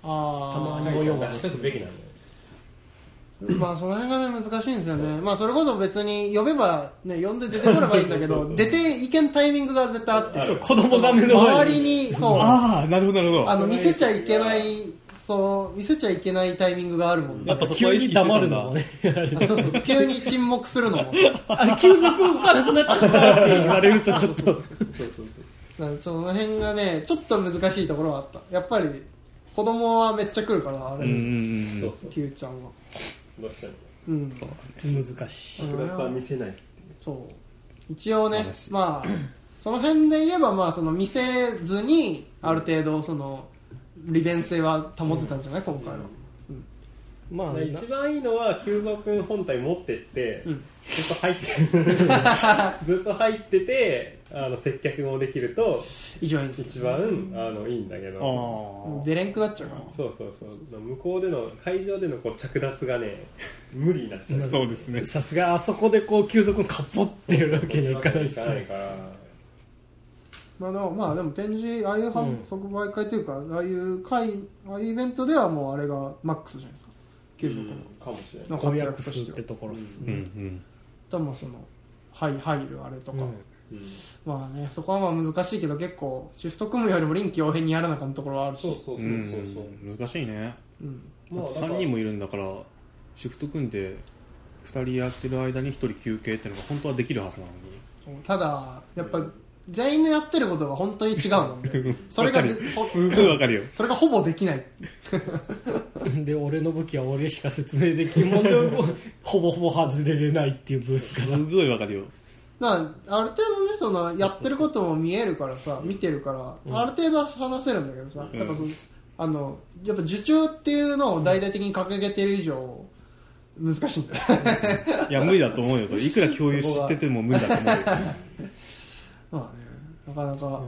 S3: あ
S1: ま
S3: あ
S1: に模様を出しておくべきなんだよね
S3: まあその辺がね難しいんですよねまあそれこそ別に呼べばね呼んで出てこればいいんだけ
S1: そうそう
S3: ど
S1: そう
S3: 出ていけんタイミングが絶対あって
S2: そう子供が目の前
S3: 周りにそう
S4: ああ、なるほど、なるほど。
S3: あの見せちゃいけないそう見せちゃいけないタイミングがあるもんね
S4: やっぱそこは
S2: 急
S4: 意
S2: に
S4: 識してたんだ
S2: 黙るのもね
S3: あそうそう急に沈黙するのも
S2: あれ急速動かなくなっちゃったって言われるとちょっと
S1: そうそうそう
S3: なんかその辺がねちょっと難しいところはあったやっぱり子供はめっちゃ来るからあ
S4: う
S3: れ、
S4: んうんう
S1: そ
S4: ん
S1: う。そう
S3: Q ちゃんは
S1: どうしても
S3: うん
S2: 難しい
S3: うん
S1: プラスは見せない
S3: そう一応
S4: 素晴
S3: ね
S4: らしい
S3: まあ その辺で言えばまあその見せずにある程度その利便性は保てたんじゃない、今回は、
S2: まあな
S1: 一番いいのは久蔵君本体持ってって、
S3: うん
S1: ずっと入ってる ずっと入っててあの接客もできると
S3: 以上にです
S1: 一番あのいいんだけ
S4: あ
S1: ど
S4: ー
S3: 出れんくなっちゃうから
S1: そうそうそう向こうでの会場でのこう着脱がね無理になっちゃう
S4: そうですね。
S2: さすがあそこでこう急速にカポっていうわけにはいかないです
S1: そうそうい
S2: ね
S1: かないから
S3: まあでもまあでも展示ああいう販即売会というか、ああいう会ああいうイベントではもうあれがマックスじゃないですか給食の、
S1: かもしれない
S3: の
S2: コ
S3: 活
S2: ミアッ
S3: 躍
S2: ク
S3: と
S2: スっ
S3: しては
S2: てところです
S4: うんう
S2: ね、
S4: ん。
S3: 多分そのはい入るあれとか、
S2: うん
S1: うん
S3: まあねそこはまあ難しいけど結構シフト組むよりも臨機応変にやらなあかんところはあるし
S1: そうそうそうそう
S4: う。
S1: そうん
S4: 難しいね。
S3: うん
S1: まあだから
S4: 3人もいるんだから、シフト組んで、2人やってる間に1人休憩っていうのが本当はできるはずなのに。
S3: ただやっぱ全員のやってることが本当に違うので それが
S4: わ
S3: ぜ
S4: かる
S3: ほ
S4: すごいわかるよ。
S3: それがほぼできない
S2: で俺の武器は俺しか説明できんもん でほぼほぼ外れれないっていうブースから
S4: すごいわかるよ。
S3: まあある程度ねそのやってることも見えるからさ見てるから、ある程度は話せるんだけどさ、
S4: うん
S3: やっぱそのあのやっぱ受注っていうのを大々的に掲げてる以上難しいんだ よ
S4: いや、無理だと思うよ。それいくら共有してても無理だと思うよ。
S3: まあねなかなか、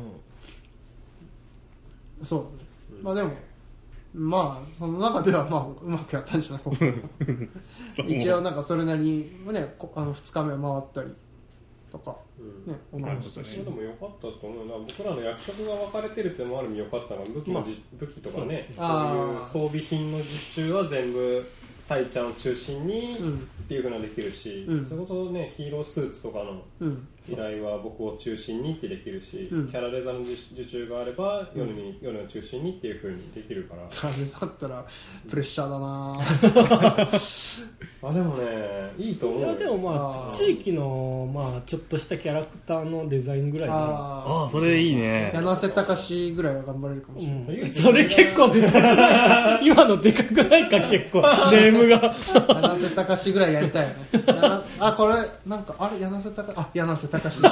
S3: そうだねまあでもまあその中ではまあうまくやったんじゃないかな
S4: そう
S3: 一応なんかそれなりに、ね、こあの2日目回ったりとか、
S1: うん
S3: ね、お直しとし
S1: それでも良かったと思うな僕らの役職が分かれてるってのもある意味良かったのが武器のじ、武器とかね
S3: あー
S1: そういう装備品の実習は全部タイちゃんを中心に
S3: うん
S1: っていうふうなできるし、
S3: うん
S1: それこそねヒーロースーツとかの
S3: うん
S1: 依頼は僕を中心にってできるし、
S3: うん
S1: キャラデザの受受注があれば夜に、夜を中心にっていうふうにできるから
S3: あれだったらプレッシャーだな
S1: あでもねいいと思う
S2: い
S1: よ
S2: やでもま
S3: あ
S2: あ
S3: ー
S2: 地域のまあちょっとしたキャラクターのデザインぐらいな
S3: あ
S4: ああ、それいいね
S3: あ。柳瀬隆ぐらいは頑張れるかもしれない、
S2: うんそれ結構でかくない今のでかくないか結構ネームが
S3: 柳瀬隆ぐらいやりたいよね柳あこれなんかあれ柳瀬隆あ柳瀬隆だ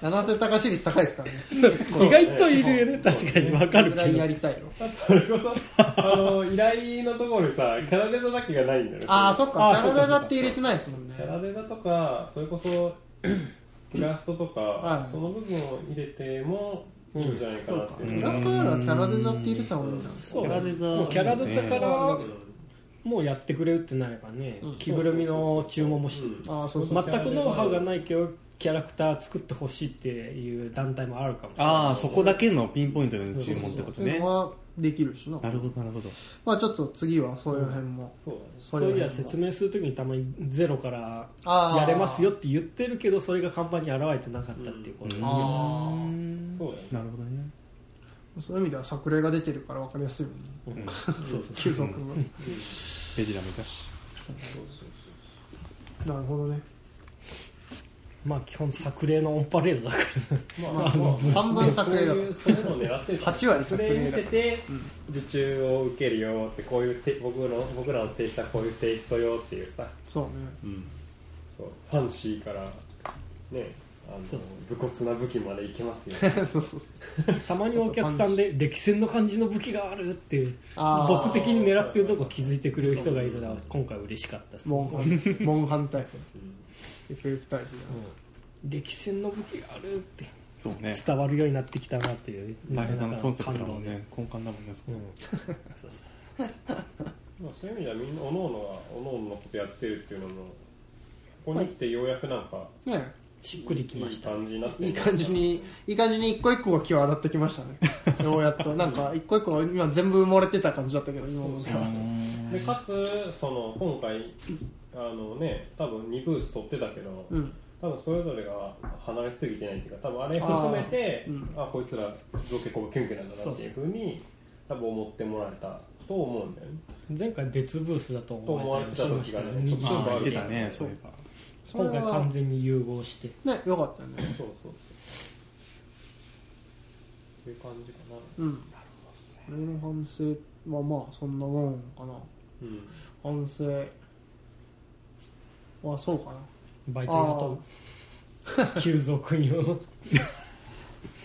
S3: 柳瀬隆率高いですからね
S2: 意外といるよね確かにわかる
S3: ぐ
S2: け
S3: らいや
S2: ど
S3: りたいよ
S1: それこそあの依頼のところにさキャラデザだけがないんだよね
S3: ああそっか
S2: あー
S3: キャラデザって入れてないですもんね
S1: キャラデザとかそれ こそイラストとか、
S3: はい
S1: その部分を入れてもいいんじゃないか
S3: そ
S1: な
S3: う
S1: っ
S3: か
S1: て
S3: イ
S1: いう、
S3: ラストならキャラデザって入れた方がいいじゃん
S2: そう
S4: キャラデザ
S2: もうキャラデザから
S3: ね
S2: もうやってくれるってなればね
S3: うん
S2: 着ぐるみの注文もし
S1: うん
S3: あーそうそ
S2: 全
S3: う
S2: くノウハウがないけどキャラクター作ってほしいっていう団体もあるかもしれない
S4: ああそこだけのピンポイントでの注文ってこと
S3: そういう
S4: ね
S3: のはできるしな
S4: なるほどなるほど
S3: まあちょっと次はそういう辺も、
S1: そう
S2: そういや説明するときにたまにゼロから
S3: あー
S2: やれますよって言ってるけどそれが看板に現れてなかったっていうこと、
S4: うん
S3: あ
S4: う
S3: あ
S4: ん
S1: そうだよね
S4: なるほどね
S3: そういう意味では作例が出てるから分かりやすいもんね
S2: そうそう
S3: 久蔵君は
S4: ベジラもいたし
S1: そうそう
S3: なるほどね
S2: まあ基本作例のオンパレードだから
S1: そうまあまあ
S3: 看板作例だ
S1: そう
S3: か
S1: いうそういうのを狙ってる
S3: 8割
S1: そ
S3: 作
S1: れ
S3: 例
S1: 見
S3: だ
S1: せ
S3: か
S1: て受注を受けるよってこういうて僕の僕らのテイストはこういうテイストよっていうさ
S3: そうね
S1: そうファンシーからねあの
S2: そう
S1: 武骨な武器までいけますよ
S3: そうそうそう
S2: たまにお客さんで歴戦の感じの武器があるっていう
S3: あー
S2: 僕的に狙ってるとこ気づいてくれる人がいるのは今回嬉しかったです
S3: モンハンモンハンタイプ
S1: うん
S3: エフェクタイプだ
S2: 歴戦の武器があるって
S4: そうね
S2: 伝わるようになってきたなという
S4: 大変さんのコンセプトだもん
S2: なか
S4: ね根幹だもんねそこ
S2: なかの感動でうんそうそう
S1: まあ、そういう意味ではみんなおのおのがおのおののことやってるっていうのもここに来てようやくなんか
S3: ね
S2: しっくりきま
S1: いい
S2: した
S1: 感じになって
S3: いい感じにいい感じに一個一個が際立ってきましたねようやっとなんか一個一個今全部埋もれてた感じだったけど今までは
S1: でかつその今回あのね多分2ブース取ってたけど、
S3: うん
S1: 多分それぞれが離れすぎてないっていうか多分あれ含めてあ
S3: あーうん、
S1: こいつら造形工キュンキュンなんだなっていうふうに多分思ってもらえたと思うんだよね
S2: 前回別ブースだと思われたりしましたね
S1: と思われて
S2: 右
S1: た時
S2: と
S1: がね
S4: ああ言
S2: 左
S4: って
S2: で
S4: たねそういえば
S3: そ
S2: 今
S3: れは
S2: 回完全に融合して
S3: ねよかったよね
S1: そうそうそうそういう感じかな
S3: うん俺の反省はまあそんなもんかな
S1: うん
S3: 反省はそうかな
S2: バイト雇う急増君用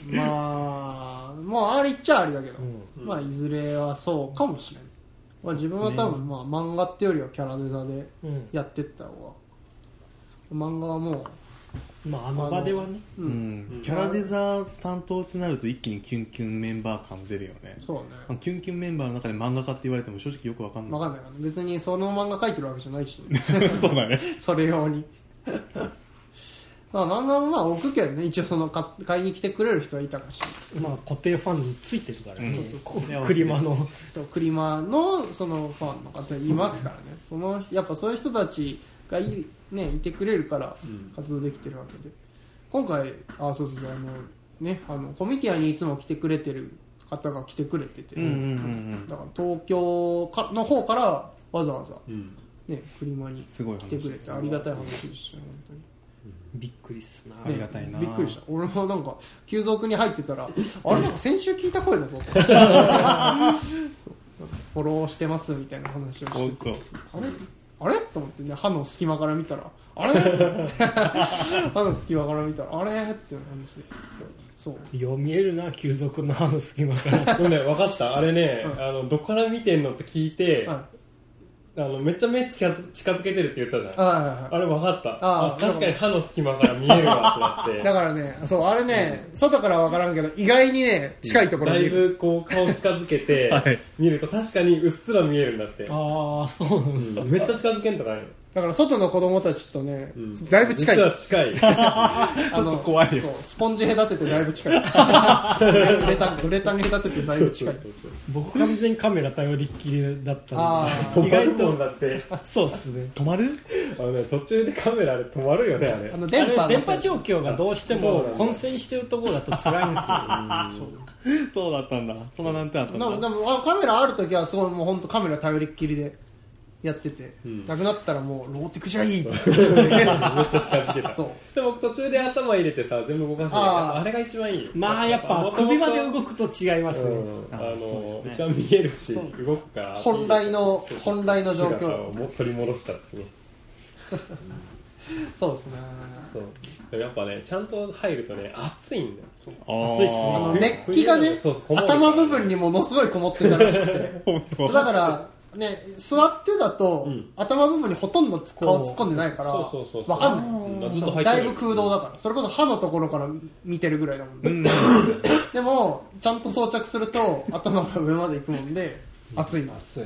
S3: まあもうありっちゃありだけど、
S2: う
S3: まあいずれはそうかもしれない、まあ、自分は多分まあ漫画ってよりはキャラデザで
S2: うん
S3: やってった方が漫画はも
S2: まああの場ではね
S3: う、う
S4: うんんキャラデザ担当ってなると一気にキュンキュンメンバー感出るよね
S3: そう
S4: あ
S3: ね
S4: のキュンキュンメンバーの中で漫画家って言われても正直よくわかんな
S3: 分か
S4: い
S3: んないからね別にその漫画描いてるわけじゃないし、
S4: そうだね
S3: それ用 にまあ漫画はまあ置くけどね一応その買買いに来てくれる人はいたかし
S2: まあ固定ファンについてるからね
S4: うん
S2: こクリマの
S3: とクリマのそのファンの方いますからねそのやっぱそういう人たちがい,、ね、いてくれるから
S1: ん
S3: 活動できてるわけで、今回あそうそうそうあの、ね、あのコミティアにいつも来てくれてる方が来てくれてて、
S4: うんうんうんうん
S3: だから東京かの方からわざわざ、
S1: うん
S3: ね、クリマに
S4: すごい話
S3: 来てくれてありがたい話でしたよ本当に。
S2: びっくりっすな
S4: ありがたいな
S3: びっくりした俺もなんか急増に入って たらあれなんか先週聞いた声だぞってフォローしてますみたいな話を
S4: おっ
S3: してて
S4: と
S3: あれあれと思ってね歯の隙間から見たらあ れ歯の隙間から見たらあれっていう話でそう
S2: よう見えるな急速のあの隙間から
S1: でもね分かったあれね、
S3: うん
S1: あのどこから見てんのって聞いて、
S3: はい
S1: あのめっちゃ目近づ近づけてるって言ったじゃんあ
S3: はいはいは
S1: れ分かった
S3: あ
S1: あ
S3: ー
S1: 確かに歯の隙間から見えるわってなっ
S3: い
S1: て
S3: だからねそうあれね外からは分からんけど意外にね近いところ
S1: だ
S3: に
S1: い
S3: いる
S1: ぶこう顔近づけて、
S4: はい
S1: 見ると確かにうっすら見えるんだって、
S2: ああそうなんです
S1: うんめっちゃ近づけんとかあるよ、
S3: だから外の子供たちとね
S1: うん
S3: だいぶ近い
S1: 実は近 い
S3: ちょっと
S4: 怖いよ
S3: そうスポンジ隔ててだいぶ近いウレタンウレタン隔ててだいぶ近い
S2: 僕完全にカメラ頼りっきりだったん
S3: あ
S1: 意
S2: 意外
S1: 外
S2: と
S1: とだって
S2: でそうっすね
S4: 止まる
S1: あの、ね、途中でカメラで止まるよねあれ
S3: ああの
S2: あ
S3: 電
S2: れ
S3: 波
S2: 電
S3: の
S2: 波
S3: せい
S2: 状況がどうして
S1: そう
S2: も
S1: なんだ
S2: 混戦してるところだと辛いんですよ
S4: そうだったんだそんななんてあったん
S3: でもで
S4: だ
S3: もあカメラある時はすごいもう本当カメラ頼りっきりでやってて、なくなったらもうローテクじゃいい
S1: めっちゃ近づけた
S3: そう
S1: でも途中で頭入れてさ全部動かして
S3: あ
S1: あ
S3: ー
S1: あれが一番いいよ
S2: まあやっぱ首まで動くと違いま
S1: う
S2: すね
S1: ん、あ
S4: あそうです
S1: の
S4: ね
S1: うちは見えるし
S3: そう
S1: 動くから
S3: 本来の本来の状
S1: 姿
S3: 況
S1: をも取り戻したってね
S3: そうですね
S1: そうでもやっぱねちゃんと入るとね暑いんだよ
S4: 暑
S2: 暑いっすね
S3: あの
S1: ね
S3: 熱気がね
S1: そうこもる
S3: 頭部分にものすごいこもってたらしくて
S4: 本当
S3: だからね、座ってだと、
S1: うん
S3: 頭部分にほとんど顔突っ込んでないから
S1: そうそうそうそう
S3: わかんない
S1: うんずっと入って
S3: だ
S1: る
S3: いぶ空洞だからそれこそ歯のところから見てるぐらいだもんね、
S4: ん
S3: でもちゃんと装着すると頭が上まで行くもんで熱いな
S1: 暑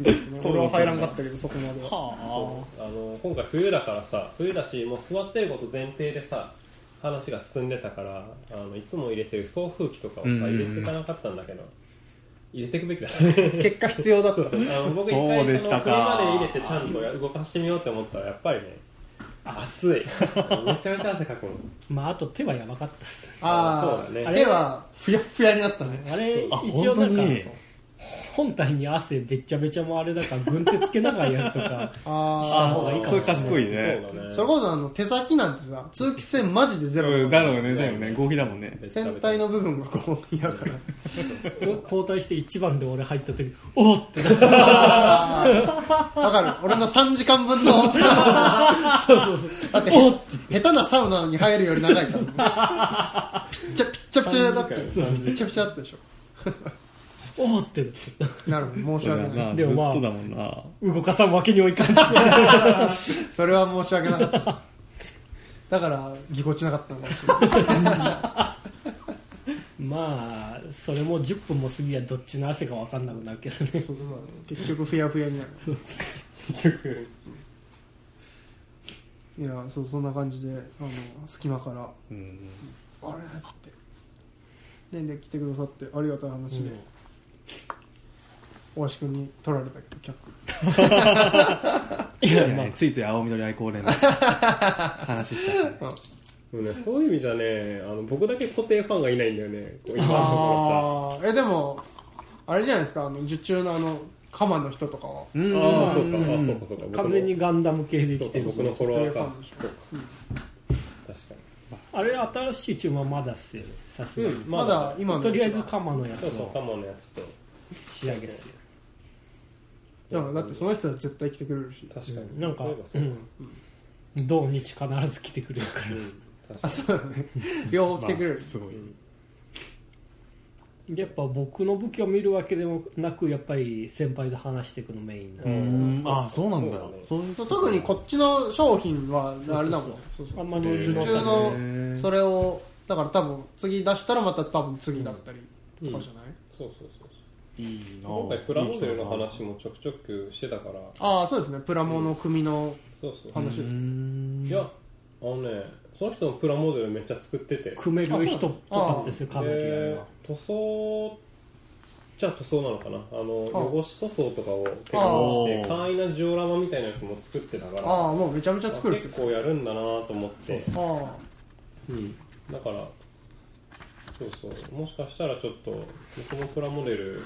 S1: い
S3: ですね
S4: そう
S3: 俺は入らんかったけどそこまでは
S4: は
S1: あの今回冬だからさ冬だしもう座ってること前提でさ話が進んでたからあのいつも入れてる送風機とかをさ
S4: うんうんうん
S1: 入れていかなかったんだけど入れていくべきだったね
S3: 結果必要だった
S1: あの僕一
S4: そう
S1: 回
S4: で
S1: そ
S4: し
S1: の
S4: た
S1: 冬ま
S4: か
S1: で入れてちゃんとや動かしてみようって思ったらやっぱりね 暑いめちゃめちゃ汗かくの
S2: まああと手はやばかったっす
S3: ああ
S1: そうだね
S3: 手はふやっふやになったね
S2: あれ
S4: あ
S2: 一応なんか
S4: 本当に
S2: 本体に汗べっちゃべちゃもあれだから軍手つけながらやるとか
S3: あ
S2: た方がいい
S4: あ
S2: か
S4: そ
S2: も
S4: れ
S2: しれない
S4: 賢い
S1: そう
S4: ね
S1: だね
S3: あそれこそあの手先なんてさ通気性マジでゼロ
S4: うんだろうね
S1: そう
S4: だよね合皮だもんね
S1: めっちゃ食
S3: 全
S1: べた
S3: 体の部分がこう嫌から
S2: 交代して一番で俺入った時おーってなっ
S3: わかる俺の3時間分のだ
S2: たそうそうそう
S3: って
S2: おーっ
S3: 下手なサウナに入るより長いから ピッチャピッチャピチャだったよピッチャピチャだったでし
S2: おーってなっちゃっ
S3: ょなるほど申し
S4: そうだ
S3: 訳ない
S4: なず
S2: で
S4: っと
S2: もまあ
S4: だもんな
S2: た動かさんわけにはいかん
S3: それは申し訳なかっただからぎこちなかったのかもしれない
S2: まあそれも10分も過ぎやどっちの汗か分かんなくなるけどね
S3: そうそうだね結局ふやふやになるいやそうそんな感じであの隙間から
S4: うん
S3: 「あれ?」ってでで来てくださってありがたい話で、大橋君に取られたけど客
S2: いやまあ
S4: ついつい青緑愛好連の話しちゃった
S1: でもねそういう意味じゃねあの僕だけ固定ファンがいないんだよねこう今のところさ
S3: ああえでもあれじゃないですかあの受注のあの鎌の人とかは
S4: うん
S1: ああそうかあそうかそうか僕の
S2: 完全にガンダム系で
S1: そ
S2: 来
S1: うか
S2: てる
S1: 僕のフォロワー
S3: 固
S1: か
S3: 定
S1: そうか確かに
S2: あれ新しい注文はまだっすよねさすがに、
S1: うん
S3: まだ今の
S2: とりあえず鎌のやつ
S1: そうそう
S2: を
S1: カモのやつと
S2: 仕上げっすよ
S3: いやだってその人は絶対来てくれるし
S1: 確かに
S2: なんか
S1: そういえばそうか
S2: うん同日必ず来てくれるから
S1: うん確か
S3: あ
S1: に
S3: そうだね両方来てくれる、
S4: すごい
S2: やっぱ僕の武器を見るわけでもなくやっぱり先輩と話していくのメインな
S4: う
S2: の、
S4: んああそうなんだそ
S1: そ
S4: ういう
S3: そう特にこっちの商品はあれだもんねそうそう
S2: あんまり
S4: へー
S2: 受
S3: 受
S2: 注
S3: 注
S2: の
S4: へ
S3: の
S4: ー
S3: それをだから多分次出したらまた多分次だったりとかじゃない、
S1: そうそうそうそう
S4: いいな
S1: 今回プラモデルの話もちょくちょくしてたから
S3: ああそうですねプラモの組の
S1: そうそう
S3: 話です、
S4: うん
S1: いやあのねその人のプラモデルめっちゃ作ってて
S2: 組める人っぽかったですよかなりあれ
S1: で
S2: は
S1: 塗装じゃあ塗装なのかなあの
S3: あ
S1: 汚し塗装とかを結構して簡易なジオラマみたいなやつも作ってたから
S3: ああもうめちゃめちゃ作るって
S1: 結構やるんだなと思って
S3: あ
S1: うん、だからそうそうもしかしたらちょっと僕もプラモデル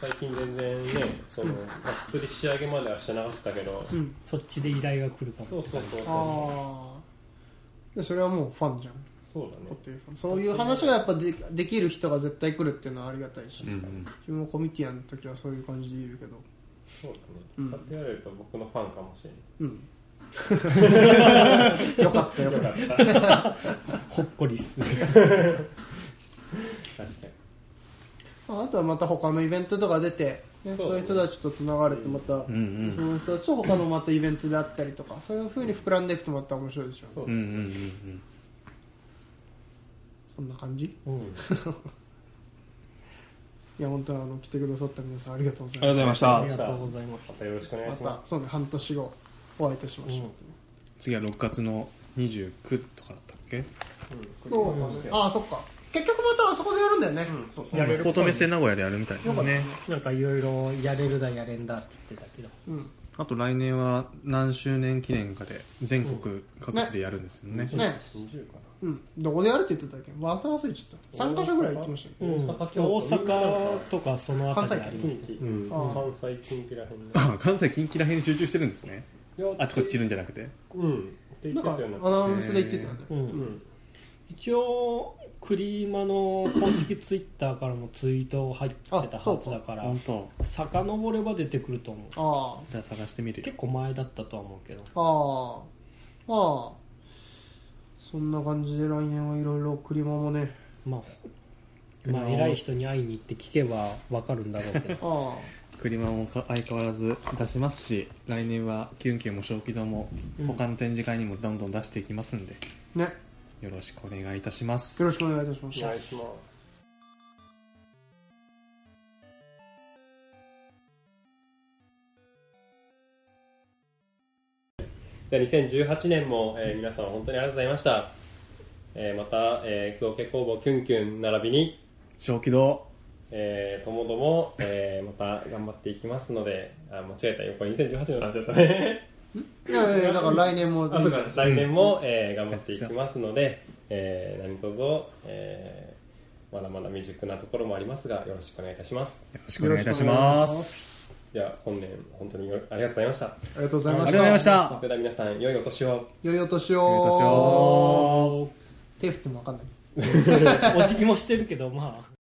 S1: 最近全然ねそのがっつり仕上げまではしてなかったけど、
S3: あうん
S2: そっちで依頼が来るかも
S1: そうそうそうそ
S3: ああでそれはもうファンじゃん
S1: うそうだ
S3: 固
S1: ね
S3: 定ファンそういう話がやっぱでできる人が絶対来るっていうのはありがたいし、
S4: うん
S3: 自分もコミティアンの時はそういう感じでいるけど
S1: そうだね、
S3: うん
S1: 買ってやれると僕のファンかもしれない
S3: う んよかったよかった
S2: ほっこりっすね
S1: 確かに
S3: あとはまた他のイベントとか出て、ね、
S1: そう
S3: そういう人たちとつながれてまた、
S4: うんうん
S3: その人たちと他のまたイベントであったりとかそういうふうに膨らんでいくとまた面白いでしょ
S1: そう
S4: うんうんうん
S3: そんな感じい
S2: うん
S3: や本当にあの来てくださった皆さんありがとうござ
S4: あ
S3: い
S4: りがとう
S3: ま
S4: ご
S3: す
S4: ざ
S2: ありが
S4: いました
S2: とうございました
S1: またよろしくお願いし
S3: ま
S1: ま
S3: たそうね半年後お会いいたしましょう、
S4: 次は6月の29とかだったっけ
S1: す、うん
S3: そうだねああそっか結局またあそこでやるんだよね、
S1: うんそうそう
S2: やれるっぽい
S4: コートメッセ名古屋でやるみたいですね
S2: なんかいろいろやれるだやれんだって言ってたけど
S3: うん
S4: あと来年は何周年記念かで全国各地でやるんですよね
S3: ね
S1: 20か
S3: うん、どこでやるって言ってたっけ忘れちゃった3か所ぐらい行ってましたね
S1: うん
S2: 大阪とかその辺りあり
S1: な
S2: ま
S1: 近
S2: すね
S1: 畿、
S4: うん
S3: ああ
S1: 関西近畿らへんね
S4: あ関西近畿ら辺に集中してるんですね
S1: いや
S4: あちこっちいるんじゃなくて
S1: うんって言
S3: なん
S1: って
S3: か
S1: たよね
S3: アナウンスで言ってたよね、
S2: うん
S1: うん
S2: 一応クリーマの公式ツイッターからもツイート入ってたは
S3: あそうか
S2: ずだから
S4: 本当
S2: 遡れば出てくると思う
S3: ああ
S4: じゃあ探してみるよ
S2: 結構前だったとは思うけど
S3: ああまあそんな感じで来年はいろいろ車もね
S2: まあほまあ偉い人に会いに行って聞けば分かるんだろう けど
S3: あ
S4: 車もか相変わらず出しますし来年はキュンキュンも小規堂も
S2: うん
S4: 他の展示会にもどんどん出していきますんで、
S3: あね
S4: よろしくお願いいたします
S3: よろしくお願いいたします
S1: お願いしますじゃあ2018年も、えー皆さん本当にありがとうございました。えーまた、えー、造形工房キュンキュン並びに、
S4: 小気道
S1: えー、ともども、えー、また頑張っていきますので、あ、間違えたよ。これ2018年の話だった ね。
S3: いやいやだから来年も
S1: あとから来年も、えー頑張っていきますので、えー、何卒、えー、まだまだ未熟なところもありますが、よろしくお願いいたします。
S4: よろしくお願いいたします
S1: では、本年、本当によありがとうございました。
S3: ありがとうございました
S4: ありがとうございました
S1: それでは皆さん、良いお年を。
S3: 良いお年
S4: 良いお年
S3: を
S4: を
S2: お
S3: 手振っても分かんない
S2: お辞儀もしてるけどまあ